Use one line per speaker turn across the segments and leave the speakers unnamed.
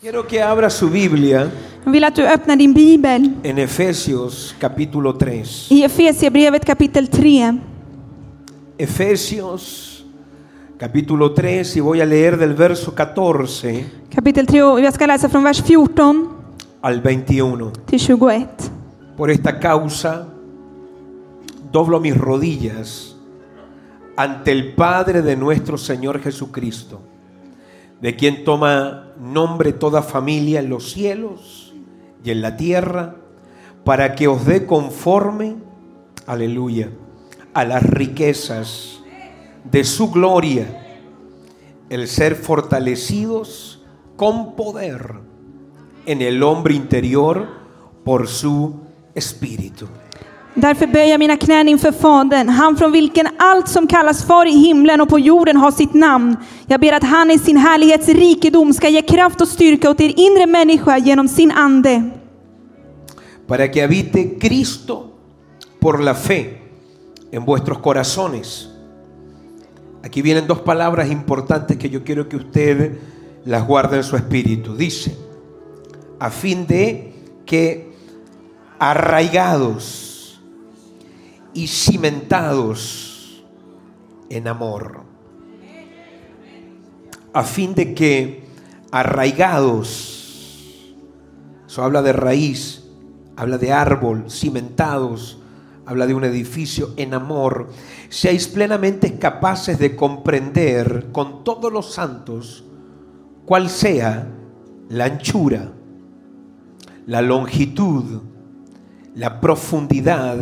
Quiero que abra su Biblia
Jag vill att du öppnar din bibel
en Efesios capítulo 3.
i Efesierbrevet kapitel 3.
Efesios capítulo 3 y voy a leer del verso 14
Kapitel 3, och jag ska läsa från vers 14
al 21.
till 21.
Por esta causa doblo mis rodillas ante el Padre de nuestro Señor Jesucristo, de quien toma nombre toda familia en los cielos y en la tierra, para que os dé conforme, aleluya, a las riquezas de su gloria, el ser fortalecidos con poder en el hombre interior por su espíritu.
Därför böjer jag mina knän inför Fadern, han från vilken allt som kallas far i himlen och på jorden har sitt namn. Jag ber att han i sin härlighets rikedom ska ge kraft och styrka åt er inre människa genom sin ande.
para que habite Cristo por la fe en vuestros corazones. Aquí vienen dos palabras importantes que yo quiero que usted las guarde en su espíritu. Dice, a fin de que arraigados y cimentados en amor. A fin de que arraigados eso habla de raíz, habla de árbol, cimentados, habla de un edificio en amor. Seáis plenamente capaces de comprender con todos los santos cuál sea la anchura, la longitud, la profundidad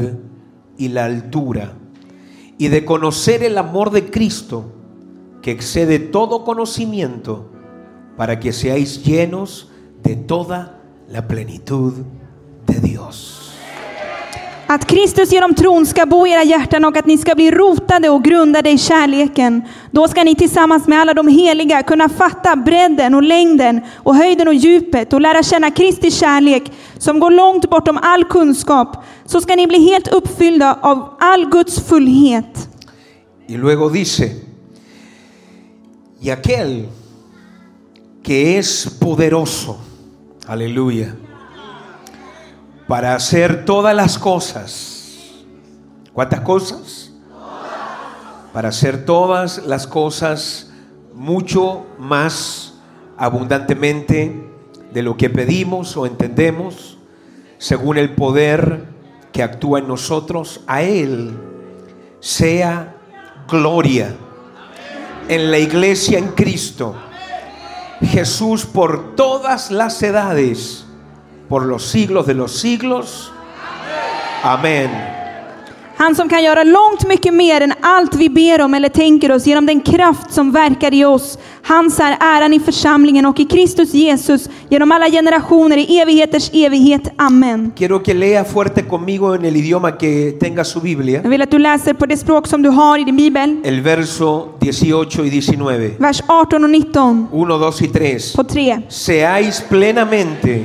y la altura. Y de conocer el amor de Cristo que excede todo conocimiento para que seáis llenos de toda la plenitud de Dios.
Att Kristus genom tron ska bo i era hjärtan och att ni ska bli rotade och grundade i kärleken. Då ska ni tillsammans med alla de heliga kunna fatta bredden och längden och höjden och djupet och lära känna Kristi kärlek som går långt bortom all kunskap. Så ska ni bli helt uppfyllda av all Guds fullhet.
Y luego dice, y aquel que es poderoso, aleluya, para hacer todas las cosas. ¿Cuántas cosas? Para hacer todas las cosas mucho más abundantemente de lo que pedimos o entendemos, según el poder que actúa en nosotros, a Él sea gloria en la iglesia en Cristo. Jesús por todas las edades, por los siglos de los siglos. Amén.
Han som kan göra långt mycket mer än allt vi ber om eller tänker oss genom den kraft som verkar i oss. Hans är äran i församlingen och i Kristus Jesus genom alla generationer i evigheters evighet. Amen.
Quiero que lea fuerte conmigo en el idioma que tenga su Biblia,
Jag vill att du läser på det språk som du har i din bibel,
el verso 18 y 19.
vers 18 och 19
1, 2 y 3.
på 3.
Seáis plenamente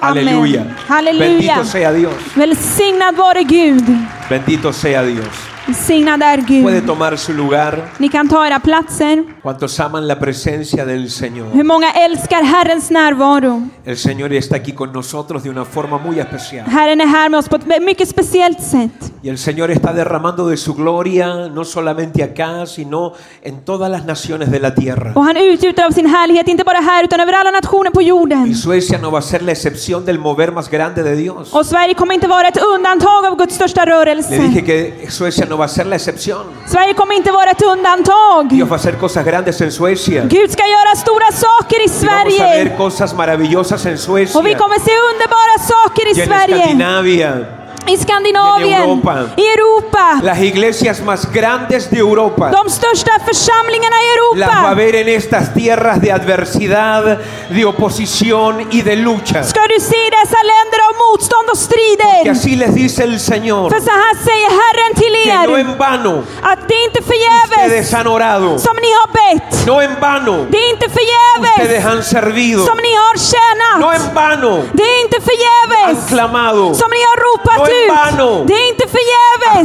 Amén.
Aleluya.
Aleluya.
Bendito sea Dios.
Välsignad vare Gud.
Bendito sea Dios.
Välsignad är
Puede
Gud.
tomar su lugar.
Ni kan ta era platser.
Cuantos aman la presencia del Señor.
Hur många älskar Herrens närvaro?
El Señor está aquí con nosotros de una forma muy especial.
Herren är här med oss på ett mycket speciellt sätt.
Y el Señor está derramando de su gloria no solamente acá, sino en todas las naciones de la tierra.
Och han utgjuter av sin härlighet, inte bara här utan över alla nationer på
Y
jorden.
Suecia no va a ser la excepción del mover más grande de Dios.
Och Sverige kommer inte vara ett undantag av Guds största
Le
rörelse.
dije que Suecia no va a ser la excepción.
Sverige kommer inte vara ett undantag.
Dios va a hacer cosas grandes en Suecia.
Gud ska göra stora saker i
Y vamos a
Sverige.
ver cosas maravillosas en Suecia.
Och vi kommer se underbara saker
Y
i
en
Sverige.
Escandinavia.
i Skandinavien,
En Europa.
i Europa.
Las iglesias más grandes de Europa
De största församlingarna i
las va a
Europa
ver en estas tierras de adversidad, de oposición y de lucha.
ska du se i dessa länder av motstånd och
Y
strider.
así les dice el Señor,
För så här säger Herren till
que no
er
en vano
att det är inte
ustedes
förgäves
han orado,
som ni har bett.
no en vano
Det är inte
ustedes
förgäves
han servido,
som ni har
no
tjänat.
en vano
Det är inte
han
förgäves
clamado,
som ni har ropat
No en vano.
ut. Det är inte
han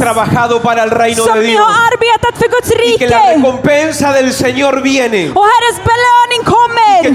förgäves
trabajado para el reino
som
de
ni
Dios.
har arbetat för Guds
Y que la
rike.
recompensa del Señor viene,
Och Herrens belöning
que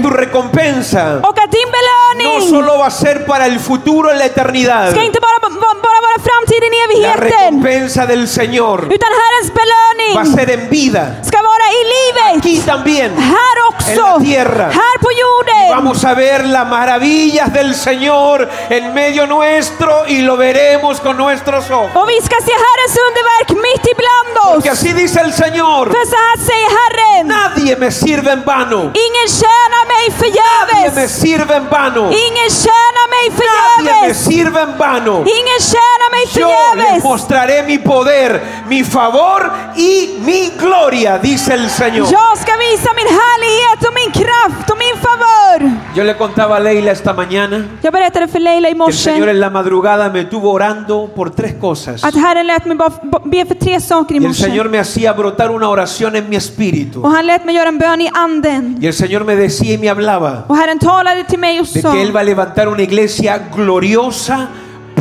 kommer.
tu recompensa
Och att din
no
belöning
solo va a ser para el futuro en la eternidad,
ska inte bara, bara, bara vara framtiden i
la
evigheten.
recompensa del Señor
Utan Herrens
va a
belöning
ser en vida,
ska vara i livet,
aquí también.
här
en la
också,
tierra.
här på jorden.
Vamos a ver las maravillas del Señor en medio nuestro y lo veremos con nuestros ojos.
Och vi ska se Herrens underverk mitt ibland oss.
Porque así dice el Señor,
För så här säger Herren,
nadie me sirve en vano,
ingen tjänar mig
nadie me
förgäves.
sirve en vano,
Ingen tjänar mig
nadie me
förgäves.
sirve en vano.
Ingen tjänar mig
Yo les
förgäves.
mostraré mi poder, mi favor y mi gloria, dice el Señor.
Jag ska visa min härlighet och min kraft och min favör.
Yo le contaba a Leila esta mañana
Jag berättade för Leila i
que el Señor
morse
en la madrugada me tuvo orando por tres cosas.
att Herren lät mig bara be för tre saker
Y
i
el
morse.
Señor me hacía brotar una oración en mi espíritu.
Och han lät mig göra en bön i anden.
Y el Señor me decía y me hablaba
Och Herren talade till mig och
de
sa
que Él va a levantar una iglesia gloriosa,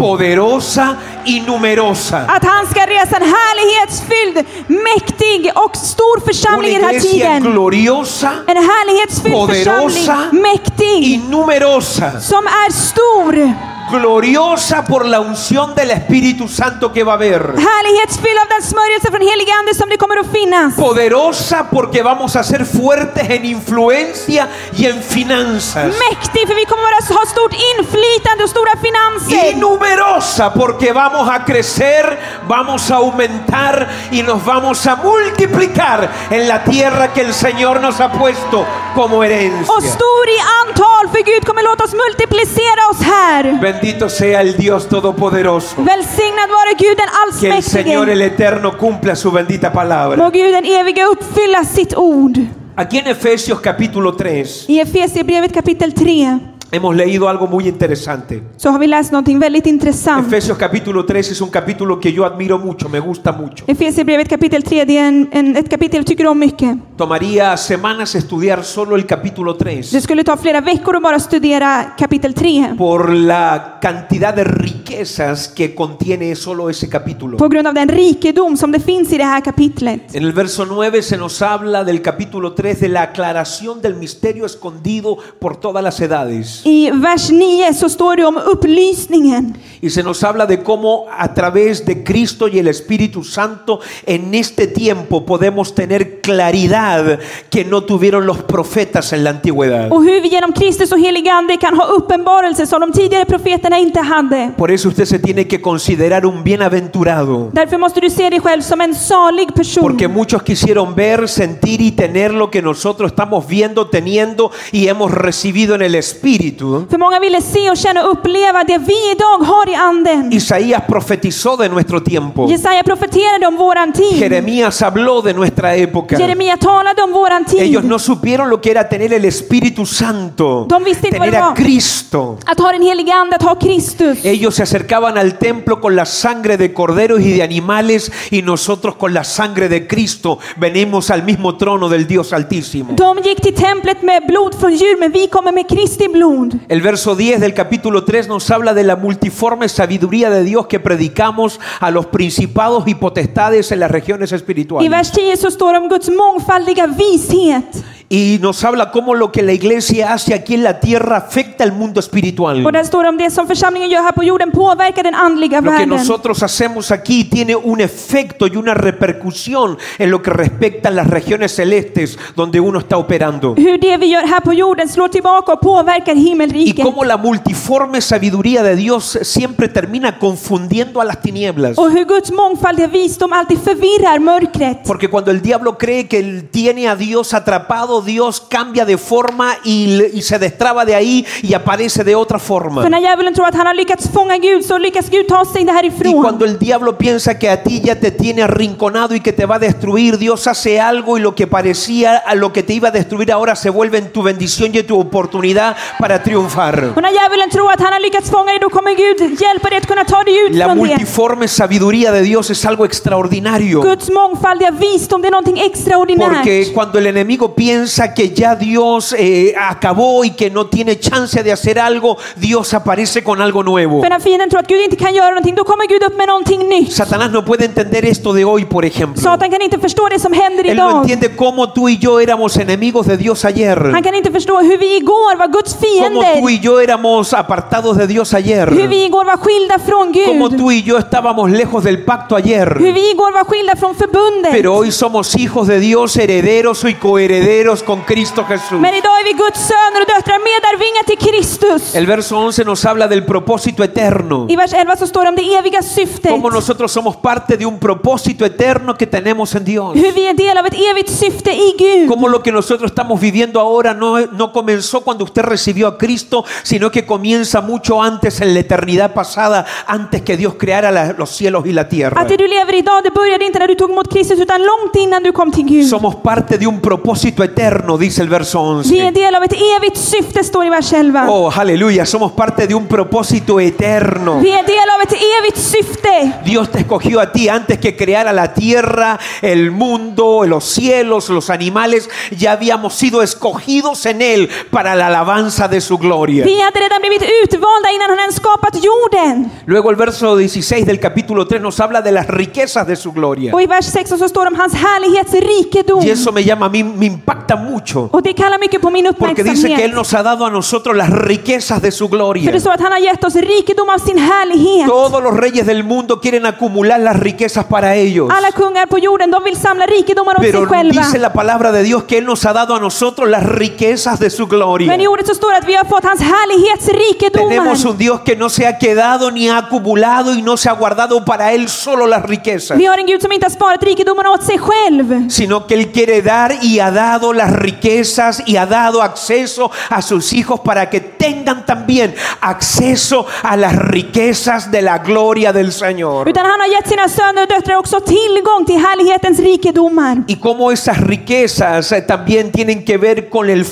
poderosa y numerosa.
att han ska resa en härlighetsfylld, mäktig och stor
Una
församling i den här
iglesia
tiden.
gloriosa
En härlighetsfylld
Poderosa.
församling,
y
mäktig,
numerosa.
som är stor.
Gloriosa por la unción del Espíritu Santo que va a haber.
Härlighetsfylld av den smörjelse från helig ande som det kommer att finnas.
Poderosa porque vamos a ser fuertes en influencia y en finanzas.
Mäktig, för vi kommer att ha stort inflytande och stora
Y
finanser.
numerosa porque vamos a crecer, vamos a aumentar y nos vamos a multiplicar en la tierra que el Señor nos ha puesto como herencia.
Och stor i antal, för Gud kommer låta oss multiplicera oss här.
Bendito sea el Dios Todopoderoso.
Välsignad vare Gud den
Que el Señor
allsmäktige.
el Eterno cumpla su bendita
Må
palabra.
Gud den eviga uppfylla sitt ord.
Aquí en Efesios capítulo 3
I Efesierbrevet kapitel 3
hemos leído algo muy interesante.
så har vi läst någonting väldigt intressant.
Efesios capítulo 3 es un capítulo que yo admiro mucho, me gusta
Eh.
mucho.
Efesierbrevet kapitel 3 det är en, en, ett kapitel jag tycker om mycket.
Tomaría semanas estudiar solo el capítulo 3.
Det skulle ta flera veckor att bara studera kapitel 3
por la cantidad de riquezas que contiene solo ese capítulo.
på grund av den rikedom som det finns i det här kapitlet.
En el verso 9 se nos habla del capítulo 3 de la aclaración del misterio escondido por todas las edades.
I vers 9 så står det om upplysningen.
Y se nos habla de cómo a través de Cristo y el Espíritu Santo en este tiempo podemos tener claridad que no tuvieron los profetas en la antigüedad.
Och hur vi genom Kristus och helig ande kan ha uppenbarelser som de tidigare profeterna inte hade.
Por eso usted se tiene que considerar un bienaventurado.
Därför måste du se dig själv som en salig person.
Porque muchos quisieron ver, sentir y tener lo que nosotros estamos viendo, teniendo y hemos recibido en el Espíritu.
För många ville se och känna och uppleva det vi idag har i anden.
Isaías profetizó de nuestro tiempo.
Jesaja profeterade om våran tid.
Jeremías habló de nuestra época.
Jeremia talade om våran
Ellos
tid.
no supieron lo que era tener el Espíritu Santo,
Don Vicente
tener a
Guardó.
Cristo.
Att ha den helige ande, att ha Kristus.
Ellos se acercaban al templo con la sangre de corderos y de animales y nosotros con la sangre de Cristo venimos al mismo trono del Dios Altísimo.
De gick till templet med blod från djur, men vi kommer med Kristi blod.
El verso 10 del capítulo 3 nos habla de la multiforme sabiduría de Dios que predicamos a los principados y potestades en las regiones
I
espirituales.
vers 10 så står det om Guds mångfaldiga vishet.
Y nos habla cómo lo que la iglesia hace aquí en la tierra afecta al mundo espiritual.
Och där står det om det som församlingen gör här på jorden påverkar den andliga
Lo que
världen.
nosotros hacemos aquí tiene un efecto y una repercusión en lo que respecta a las regiones celestes donde uno está operando.
Hur det vi gör här på jorden slår tillbaka och påverkar
Y
himmelriket.
cómo la multiforme sabiduría de Dios siempre termina confundiendo a las tinieblas.
Och hur Guds mångfaldiga visdom alltid förvirrar mörkret.
Porque cuando el diablo cree que él tiene a Dios atrapado pasado Dios cambia de forma y, le- y se destraba de ahí y aparece de otra forma.
För när djävulen tror att han har lyckats fånga Gud så lyckas Gud ta sig
Y
därifrån.
cuando el diablo piensa que a ti ya te tiene arrinconado y que te va a destruir, Dios hace algo y lo que parecía a lo que te iba a destruir ahora se vuelve en tu bendición y en tu oportunidad para triunfar.
Och när djävulen tror att han har lyckats fånga dig då kommer Gud hjälpa dig att kunna ta dig ut
La
från det.
multiforme sabiduría de Dios es algo extraordinario.
Guds mångfaldiga visdom det är någonting
Porque
extraordinärt.
cuando el enemigo piensa que ya Dios eh, acabó y que no tiene chance de hacer algo, Dios aparece con algo nuevo.
För när fienden tror att Gud inte kan göra någonting då kommer Gud upp med någonting nytt.
Satanás no puede entender esto de hoy, por ejemplo.
Satan kan inte förstå det som händer
Él no
idag.
entiende cómo tú y yo éramos enemigos de Dios ayer.
Han kan inte förstå hur vi igår var Guds
Cómo tú
fiender.
y yo éramos apartados de Dios
Hur
ayer.
vi igår var skilda från
Cómo
Gud.
tú y yo estábamos lejos del pacto
Hur
ayer.
vi igår var skilda från förbundet.
Pero hoy somos hijos de Dios, herederos y coherederos con Cristo Jesús.
Men idag är vi Guds söner och döttrar, medarvingar till Kristus.
El verso 11 nos habla del propósito eterno.
I vers 11 så står det om det eviga syftet.
Cómo nosotros somos parte de un propósito eterno que tenemos en Dios.
Hur vi är del av ett evigt syfte i Gud.
Cómo lo que nosotros estamos viviendo ahora no, no comenzó cuando usted recibió a Cristo, sino que comienza mucho antes en la eternidad pasada, antes que Dios creara la- los cielos y la tierra.
Att det du lever idag, det började inte när du tog emot Kristus utan långt innan du kom till Gud.
Somos parte de un propósito eterno, dice el verso
Vi är
11.
del av ett evigt syfte, står det i vers 11.
Oh, aleluya, somos parte de un propósito eterno.
Vi är del av ett evigt syfte.
Dios te escogió a ti antes que creara la tierra, el mundo, los cielos, los animales. Ya habíamos sido escogidos en Él para la alabanza de su gloria.
Vi hade redan blivit utvalda innan han ens skapat jorden.
Luego el verso 16 del capítulo 3 nos habla de las riquezas de su gloria.
Och i vers 16 så står det om hans härlighetsrikedom.
Y eso me llama, a mí me impacta mucho.
Och det kallar mycket på min
Porque dice que Él
uppmärksamhet.
nos ha dado a nosotros las riquezas de su
För
gloria.
det står att han har gett oss rikedom av sin härlighet.
Todos los reyes del mundo quieren acumular las riquezas para ellos.
Alla kungar på jorden, de vill samla rikedomar åt sig
Pero
själva.
dice la palabra de Dios que Él nos ha dado a nosotros las riquezas de su gloria.
Men i ordet så står det att vi har fått hans
Tenemos
härlighetsrikedomar.
un Dios que no se ha quedado ni ha acumulado y no se ha guardado para Él solo las riquezas,
Vi har en Gud som inte har sparat rikedomarna åt sig själv.
sino que Él quiere dar y ha dado las riquezas y ha dado acceso a sus hijos para que tengan también acceso a las riquezas de la gloria del Señor.
Utan han har gett sina söner och döttrar också tillgång till härlighetens rikedomar.
Y cómo esas riquezas eh, también tienen que ver con el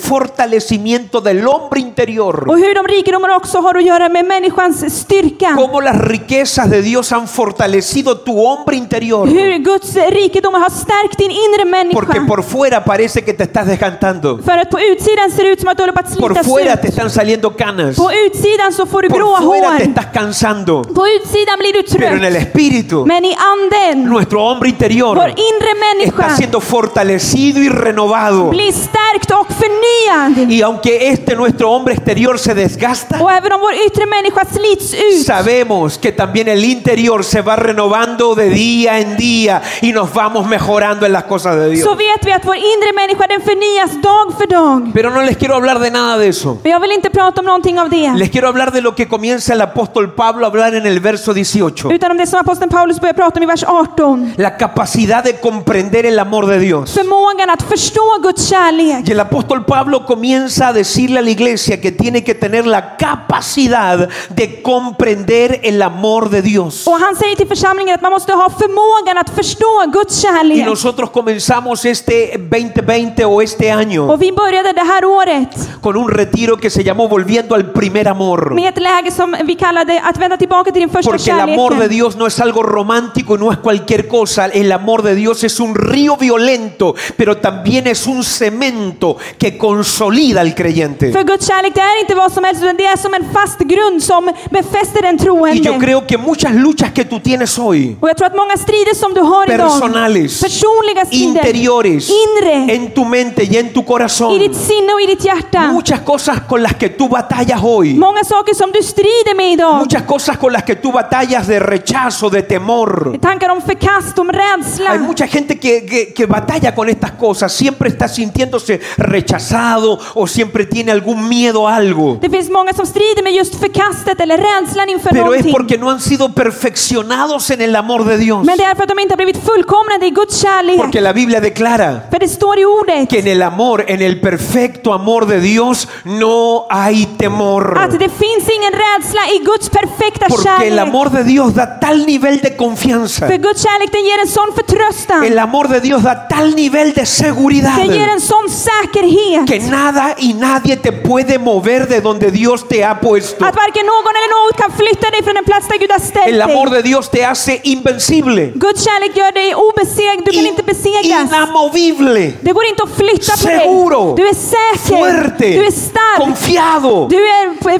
fortalecimiento del hombre interior.
Och hur de rikedomarna också har att göra med människans styrka.
cómo las riquezas de Dios han fortalecido tu hombre interior.
Hur Guds rikedomar har stärkt din inre
Porque
människa.
por fuera parece que te estás desgastando.
För att på utsidan ser det ut som att du håller på att
Por
slitas
fuera te
ut.
están saliendo canas.
På utsidan så får du grå
Por fuera
hår.
te estás cansando.
På utsidan blir du
Pero en el
trött.
espíritu,
Men i anden,
nuestro hombre
vår
interior
inre
está
människa
siendo fortalecido y renovado.
blir stärkt och förnyad.
Y aunque este nuestro hombre exterior se desgasta,
Och även om vår yttre människa slits ut
sabemos que también el interior se va renovando de día en día y nos vamos mejorando en las cosas de
så
Dios.
vet vi att vår inre människa den förnyas dag för dag.
Pero no les quiero hablar de nada de eso.
Men jag vill inte prata om någonting av det.
Les quiero hablar de lo que comienza el apóstol Pablo a hablar en el verso 18.
Utan om det som aposteln Paulus börjar prata om i vers 18.
La capacidad de comprender el amor de Dios.
Förmågan att förstå Guds kärlek.
Y el apóstol Pablo comienza a decirle a la iglesia que tiene que tener la capacidad de comprender el amor de Dios.
Och han säger till församlingen att man måste ha förmågan att förstå Guds
Y
kärlek.
nosotros comenzamos este 2020 o este año
Och vi började det här året
con un retiro que se llamó Volviendo al primer amor.
med ett läge som vi kallade att vända tillbaka till din första
Porque el amor de
kärlek.
Dios no es algo romántico, no es cualquier cosa. El amor de Dios es un río violento, pero también es un cemento que consolida al creyente.
För Guds kärlek det är inte vad som helst utan det är som en fast grund som befäster den
Y yo
troende.
creo que muchas luchas que tú tienes hoy,
Och jag tror att många strider som du har idag,
personales,
personliga strider,
interiores,
inre,
en tu mente y en tu
i
corazón,
ditt sinne och i ditt hjärta.
muchas cosas con las que tú batallas hoy,
Många saker som du strider med idag.
muchas cosas con las que tú batallas de rechazo, de temor.
Tankar om förkast, om
Hay
rädsla.
mucha gente que, que- que batalla con estas cosas, siempre está sintiéndose rechazado o siempre tiene algún miedo a algo.
Det finns många som strider med just förkastet eller rädslan inför
Pero es
någonting.
porque no han sido perfeccionados en el amor de Dios.
Men det är för att de inte har blivit fullkomnade i Guds kärlek.
Porque la Biblia declara
För det står i ordet
que en el amor, en el perfecto amor de Dios, no hay temor.
Att det finns ingen rädsla i Guds perfekta
Porque el
kärlek.
amor de Dios da tal nivel de confianza.
För Guds kärlek den ger en sån förtröstan.
El amor de Dios da tal nivel de seguridad.
Den ger en sån säkerhet.
Que nada y nadie te puede mover de donde Dios te ha puesto.
Att varken någon eller något kan flytta dig från den plats där Gud har ställt
El amor
dig.
de Dios te hace invencible.
Guds kärlek gör dig obesegd. Du kan inte besegras.
Inamovible.
Det går inte att flytta på dig.
Seguro.
Du är säker.
Fuerte.
Du är stark.
Confiado.
Du är, har
El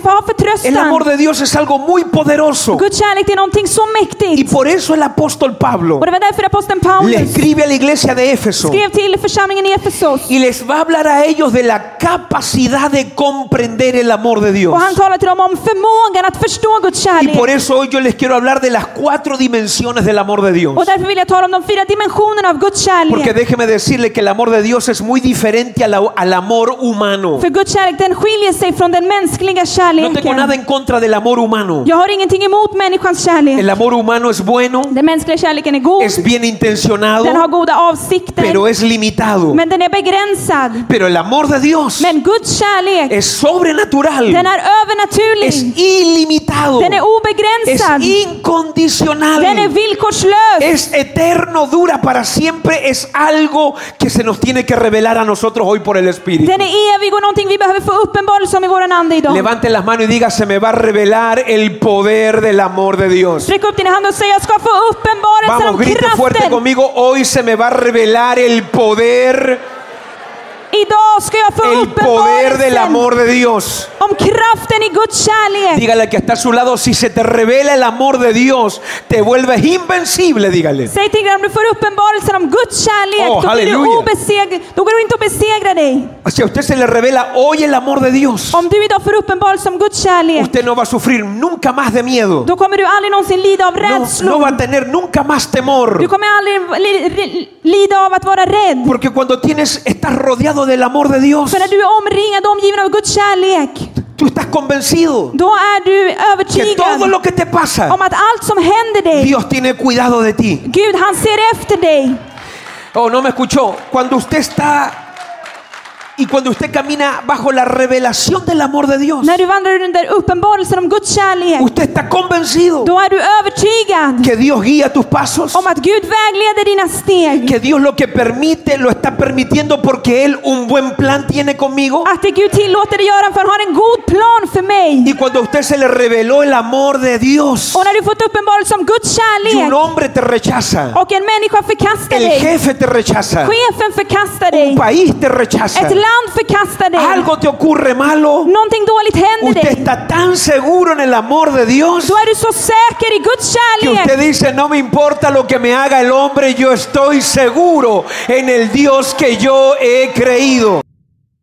amor
förtröstan.
de Dios es algo muy poderoso.
Guds kärlek är någonting så
Y
mäktigt.
por eso el apóstol Pablo
Och det var därför aposteln
le
Paulus
escribe a la iglesia de Éfeso
skrev till församlingen i Efesos.
y les va a hablar a ellos de la capacidad de comprender el amor de Dios.
Och han talar till dem om förmågan att förstå Guds
Y por
kärlek.
eso hoy yo les quiero hablar de las cuatro dimensiones del amor de Dios.
Och därför vill jag tala om de fyra dimensionerna av Guds
Porque
kärlek.
déjeme decirle que el amor de Dios es muy diferente a la- al amor humano.
För Guds kärlek den skiljer sig från den mänskliga
No tengo
kärleken.
nada en contra del amor humano.
Jag har ingenting emot människans kärlek.
El amor humano es bueno,
Den mänskliga kärleken är god.
es bien intencionado,
Den har goda avsikter.
pero es limitado.
Men den är begränsad.
Pero el amor de Dios
Men Guds kärlek,
es sobrenatural,
den är
es
övernaturlig.
ilimitado,
Den är
es
obegränsad. Den är
incondicional,
villkorslös.
es eterno, dura para siempre, es algo que se nos tiene que revelar a nosotros hoy por el Espíritu.
Den är evig och någonting vi behöver få uppenbarelse om i våran ande idag.
Levante las manos y diga, se me va a revelar el poder del amor de Dios.
Sträck upp din hand och säg jag ska få uppenbarelsen
Vamos,
om
grite fuerte
kraften.
conmigo, hoy se me va a revelar el poder,
Idag ska jag få
el poder del
uppenbarelsen
amor de Dios.
om kraften i Guds kärlek.
Dígale al que está a su lado, si se te revela el amor de Dios, te vuelves invencible, dígale.
Säg till grannen, om du får uppenbarelsen om Guds kärlek,
Åh,
då, blir du
Oh, halleluja.
obesegr- då går det inte att besegra dig.
Si a usted se le revela hoy el amor de Dios,
Om du idag får uppenbarelse om Guds kärlek,
usted no va a sufrir nunca más de miedo.
då kommer du aldrig någonsin lida av
No, no
rädslor.
va a tener nunca más
Du
temor.
kommer aldrig li, li, lida av att vara rädd.
Porque cuando tienes, estás rodeado del amor de Dios,
För när du är omringad och omgiven av Guds kärlek,
tú estás convencido
då är du
que todo
övertygad
lo que te pasa,
om att allt som händer dig,
Dios tiene cuidado de ti.
Gud han ser efter dig.
Oh, no me escuchó. Cuando usted está y cuando usted camina bajo la revelación del amor de Dios,
När du vandrar under uppenbarelsen om Guds kärlek,
usted está convencido
då är du övertygad
que Dios guía tus pasos,
om att Gud vägleder dina steg.
que Dios lo que permite lo está permitiendo porque Él un buen plan tiene conmigo.
Att det Gud tillåter dig göra, för han har en god plan för mig.
Y cuando a usted se le reveló el amor de Dios
Och när du fått uppenbarelse om
y
Guds
un
kärlek
hombre te rechaza,
och en människa förkastar
el
dig,
jefe te rechaza,
chefen förkastar
un
dig,
país te rechaza,
ett land förkastar dig,
algo te ocurre malo,
någonting dåligt händer
usted
dig,
está tan seguro en el amor de Dios
då är du så säker i Guds
que usted
kärlek.
dice, no me importa lo que me haga el hombre, yo estoy seguro en el Dios que yo he creído.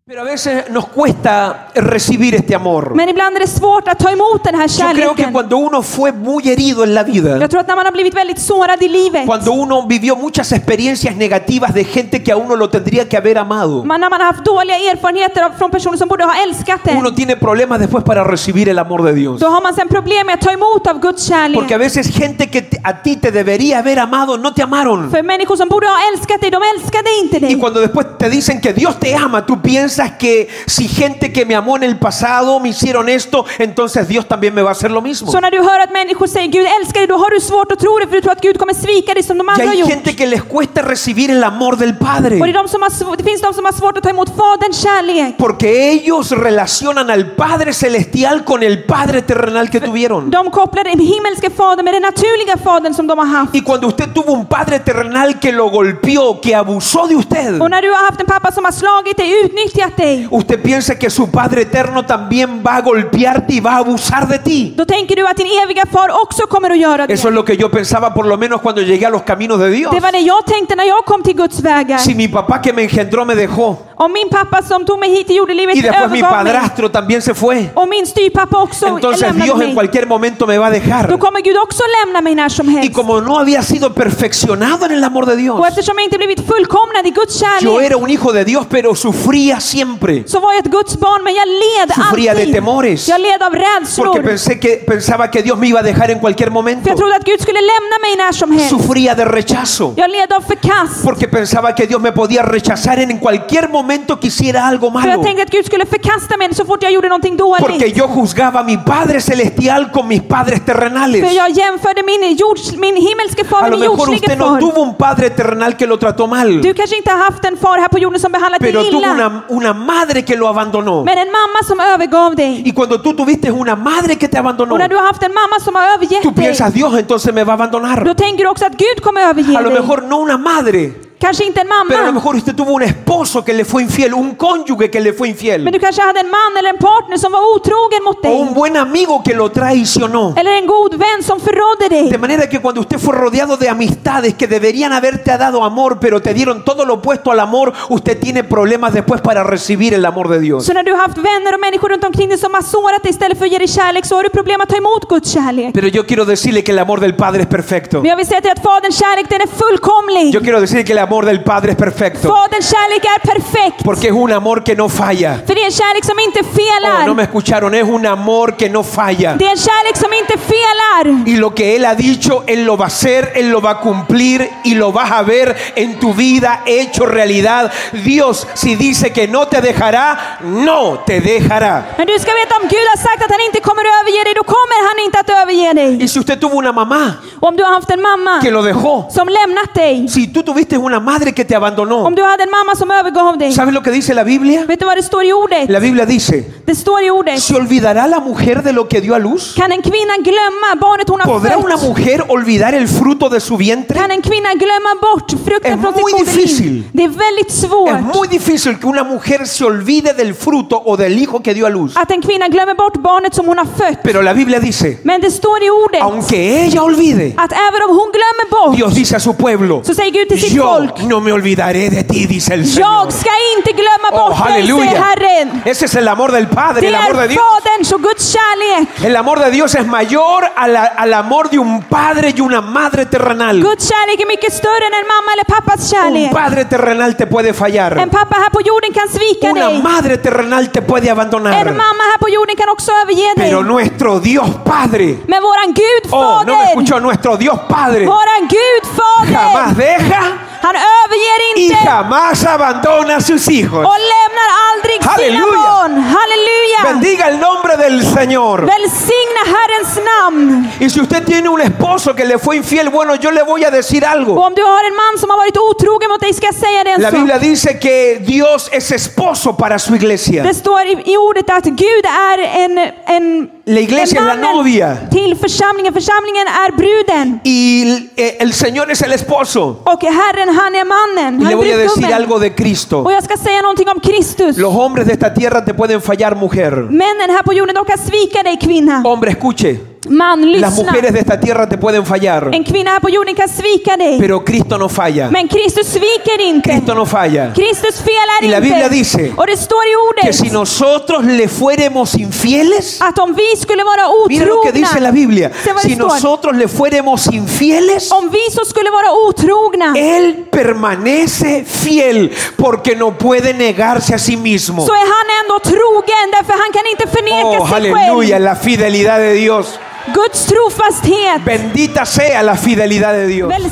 Pero a veces nos cuesta recibir este amor.
Men ibland är det svårt att ta emot den här
Yo creo que
kärleken.
cuando uno fue muy herido en la vida,
Jag tror att när man har blivit väldigt sårad i livet,
cuando uno vivió muchas experiencias negativas de gente que a uno lo tendría que haber amado,
man, när man har haft dåliga erfarenheter av- från personer som borde ha älskat en,
uno tiene problemas después para recibir el amor de Dios.
Då har man sen problem med att ta emot av Guds
Porque a
kärlek.
veces gente que te- a ti te debería haber amado no te amaron.
För människor som borde ha älskat dig, de älskade inte
Y
dig.
cuando después te dicen que Dios te ama, tú piensas que si gente que me amó en el pasado me hicieron esto, entonces Dios también me va a hacer lo mismo.
Så när du hör att människor säger Gud älskar dig, då har du svårt att tro det för du tror att Gud kommer svika dig som de
Y
andra har
hay
gjort.
gente que les cuesta recibir el amor del
Och det, är
Padre.
de som har sv- det finns de som har svårt att ta emot Faderns kärlek.
Porque ellos relacionan al Padre Celestial con el Padre terrenal que tuvieron.
De kopplar den himmelske Fadern med den naturliga Fadern som de har haft.
Y cuando usted tuvo un Padre terrenal que lo golpeó, que abusó de usted,
Och när du har haft en pappa som har slagit dig, utnyttjat dig,
usted piensa que su Padre eterno también va a golpearte y va a abusar de ti.
då tänker du att din eviga far också kommer att göra det.
Eso es lo que yo pensaba por lo menos cuando llegué a los caminos de Dios.
Det var det jag tänkte när jag kom till Guds vägar.
Si mi papá que me engendró me dejó
Om min pappa som tog mig hit till jordelivet
y después mi
övergav mig,
padrastro también se fue,
Och min styvpappa också
entonces
lämnade
Dios en
mig.
cualquier momento me va a dejar.
Då kommer Gud också lämna mig när som
Y
helst.
como no había sido perfeccionado en el amor de Dios,
Och eftersom jag inte blivit fullkomnad i Guds
yo
kärlek
era un hijo de Dios, pero sufría siempre.
så var jag ett Guds barn men jag led
Sufría de
alltid.
temores.
Jag led av
Porque
rädslor.
pensé que, pensaba que Dios me iba a dejar en cualquier
För
momento.
jag trodde att Gud skulle lämna mig när som helst.
Sufría de rechazo.
Jag led av förkast.
Porque pensaba que Dios me podía rechazar en cualquier momento que hiciera algo
För
malo.
jag tänkte att Gud skulle förkasta mig så fort jag gjorde någonting
Porque
dåligt.
yo juzgaba a mi Padre Celestial con mis padres
För
terrenales.
jag jämförde min, jords, min himmelske far
A
med
lo
min
mejor
jordslige
usted no
far.
tuvo un Padre terrenal que lo trató mal,
Du kanske inte har haft en far här på jorden som behandlat dig
pero tuvo
illa.
una, una madre que lo abandonó.
Men en mamma som övergav dig.
Y cuando tú tuviste una madre que te abandonó,
Och när du har haft en mamma som har
tú
övergett dig.
piensas, Dios entonces me va a abandonar.
Då tänker du också att Gud kommer överge
A lo
dig.
mejor no una madre,
Kanske inte en
pero a lo
mamma.
mejor usted tuvo un esposo que le fue infiel, un cónyuge que le fue
Men
infiel,
du kanske hade en man eller en partner som var otrogen mot
o un
dig.
buen amigo que lo traicionó.
Eller en god vän som förrådde
De
dig.
manera que cuando usted fue rodeado de amistades que deberían haberte dado amor, pero te dieron todo lo opuesto al amor, usted tiene problemas después para recibir el amor de Dios.
Så när du har haft vänner och människor runt omkring dig som har sårat dig istället för att ge dig kärlek så har du problem att ta emot Guds kärlek.
Pero yo quiero decirle que el amor del Padre es perfecto.
Men jag vill säga till dig att Faderns kärlek den är
Yo
fullkomlig.
quiero decir que el amor del Padre es perfecto.
Faderns kärlek är perfekt.
Porque es un amor que no falla.
För det är en kärlek som inte
Oh, no me
felar.
escucharon, es un amor que no falla.
Det är en kärlek som inte felar.
Y lo que Él ha dicho, Él lo va a hacer, Él lo va a cumplir y lo vas a ver en tu vida hecho realidad. Dios, si dice que no te dejará, no te dejará.
Men du ska veta om Gud har sagt att han inte kommer att överge dig, då kommer han inte att överge dig.
Y si usted tuvo una mamá
Och Om du har haft en mamma
que lo dejó,
som lämnat dig.
si tú tuviste una madre que te abandonó,
Om du hade en mamma som övergav dig.
¿sabes lo que dice la Biblia?
Vet du vad det står i ordet?
La Biblia dice,
Det står i ordet.
¿se olvidará la mujer de lo que dio a luz?
Kan en kvinna glömma barnet hon har
¿Podrá una
fött?
mujer olvidar el fruto de su vientre?
Kan en kvinna glömma bort frukten
Es
från
muy
sitt
difícil.
moderliv? Det är väldigt
Es
svårt
muy difícil que una mujer se olvide del fruto o del hijo que dio a luz.
att en kvinna glömmer bort barnet som hon har fött.
Pero la Biblia dice,
Men det står i ordet
aunque ella olvide,
att även om hon glömmer bort
Dios dice a su pueblo,
så säger Gud till sitt
yo
folk
no me olvidaré de ti, dice el Señor.
Jag ska inte glömma
Oh,
bort dig, säger
aleluya.
Herren.
Ese es el amor del Padre,
Det
el amor de
är
Dios.
Faderns och Guds kärlek.
El amor de Dios es mayor a la- al amor de un padre y una madre terrenal.
Guds kärlek är mycket större än en mamma eller pappas
Un
kärlek.
padre terrenal te puede
En
fallar.
pappa här på jorden kan svika
Una
dig.
madre terrenal te puede
En
abandonar.
mamma här på jorden kan också överge dig.
Pero nuestro Dios Padre,
Men våran Gud
oh, no me
Fader,
escuchó, nuestro Dios Padre
våran Gud Fader,
jamás deja
han överger
y
inte
jamás abandona a sus hijos.
och lämnar aldrig sina
Halleluja.
barn. Halleluja!
Bendiga el nombre del Señor.
Välsigna Herrens namn.
Y si usted tiene un esposo que le fue infiel, bueno, yo le voy a decir
Och
algo.
om du har en man som har varit otrogen mot dig ska jag säga dig en
La Biblia
sak.
dice que Dios es esposo para su iglesia.
Det står i, i ordet att Gud är en, en,
La iglesia
en
es la novia.
till församlingen. Församlingen är bruden.
Y el- eh, el Señor es el esposo.
Och Herren han är mannen.
Y
Han
le
är
voy a decir
brudgummen.
algo de Cristo.
Och jag ska säga någonting om Kristus.
Los hombres de esta tierra te pueden fallar, mujer.
Männen här på jorden, de kan svika dig kvinna.
Hombre, escuche.
Man,
Las
lyssna.
mujeres de esta tierra te pueden fallar.
En kvinna här på jorden kan svika dig.
Pero Cristo no falla.
Men Kristus sviker inte.
Cristo no falla.
Kristus felar
Y la Biblia
inte.
dice
Och det står i
Que si
ordet
nosotros le fuéramos infieles.
att om vi skulle vara
Mira lo que dice la
otrogna.
Biblia.
Ah, Se va a
Si
estuar.
nosotros le fuéramos infieles.
Om vi så skulle vara otrogna
Él permanece fiel porque no puede negarse a sí mismo.
så är han ändå trogen därför han kan inte
Oh,
förneka sig
aleluya,
själv.
la fidelidad de Dios.
Guds trofasthet.
Bendita sea la fidelidad de Dios.
Väls-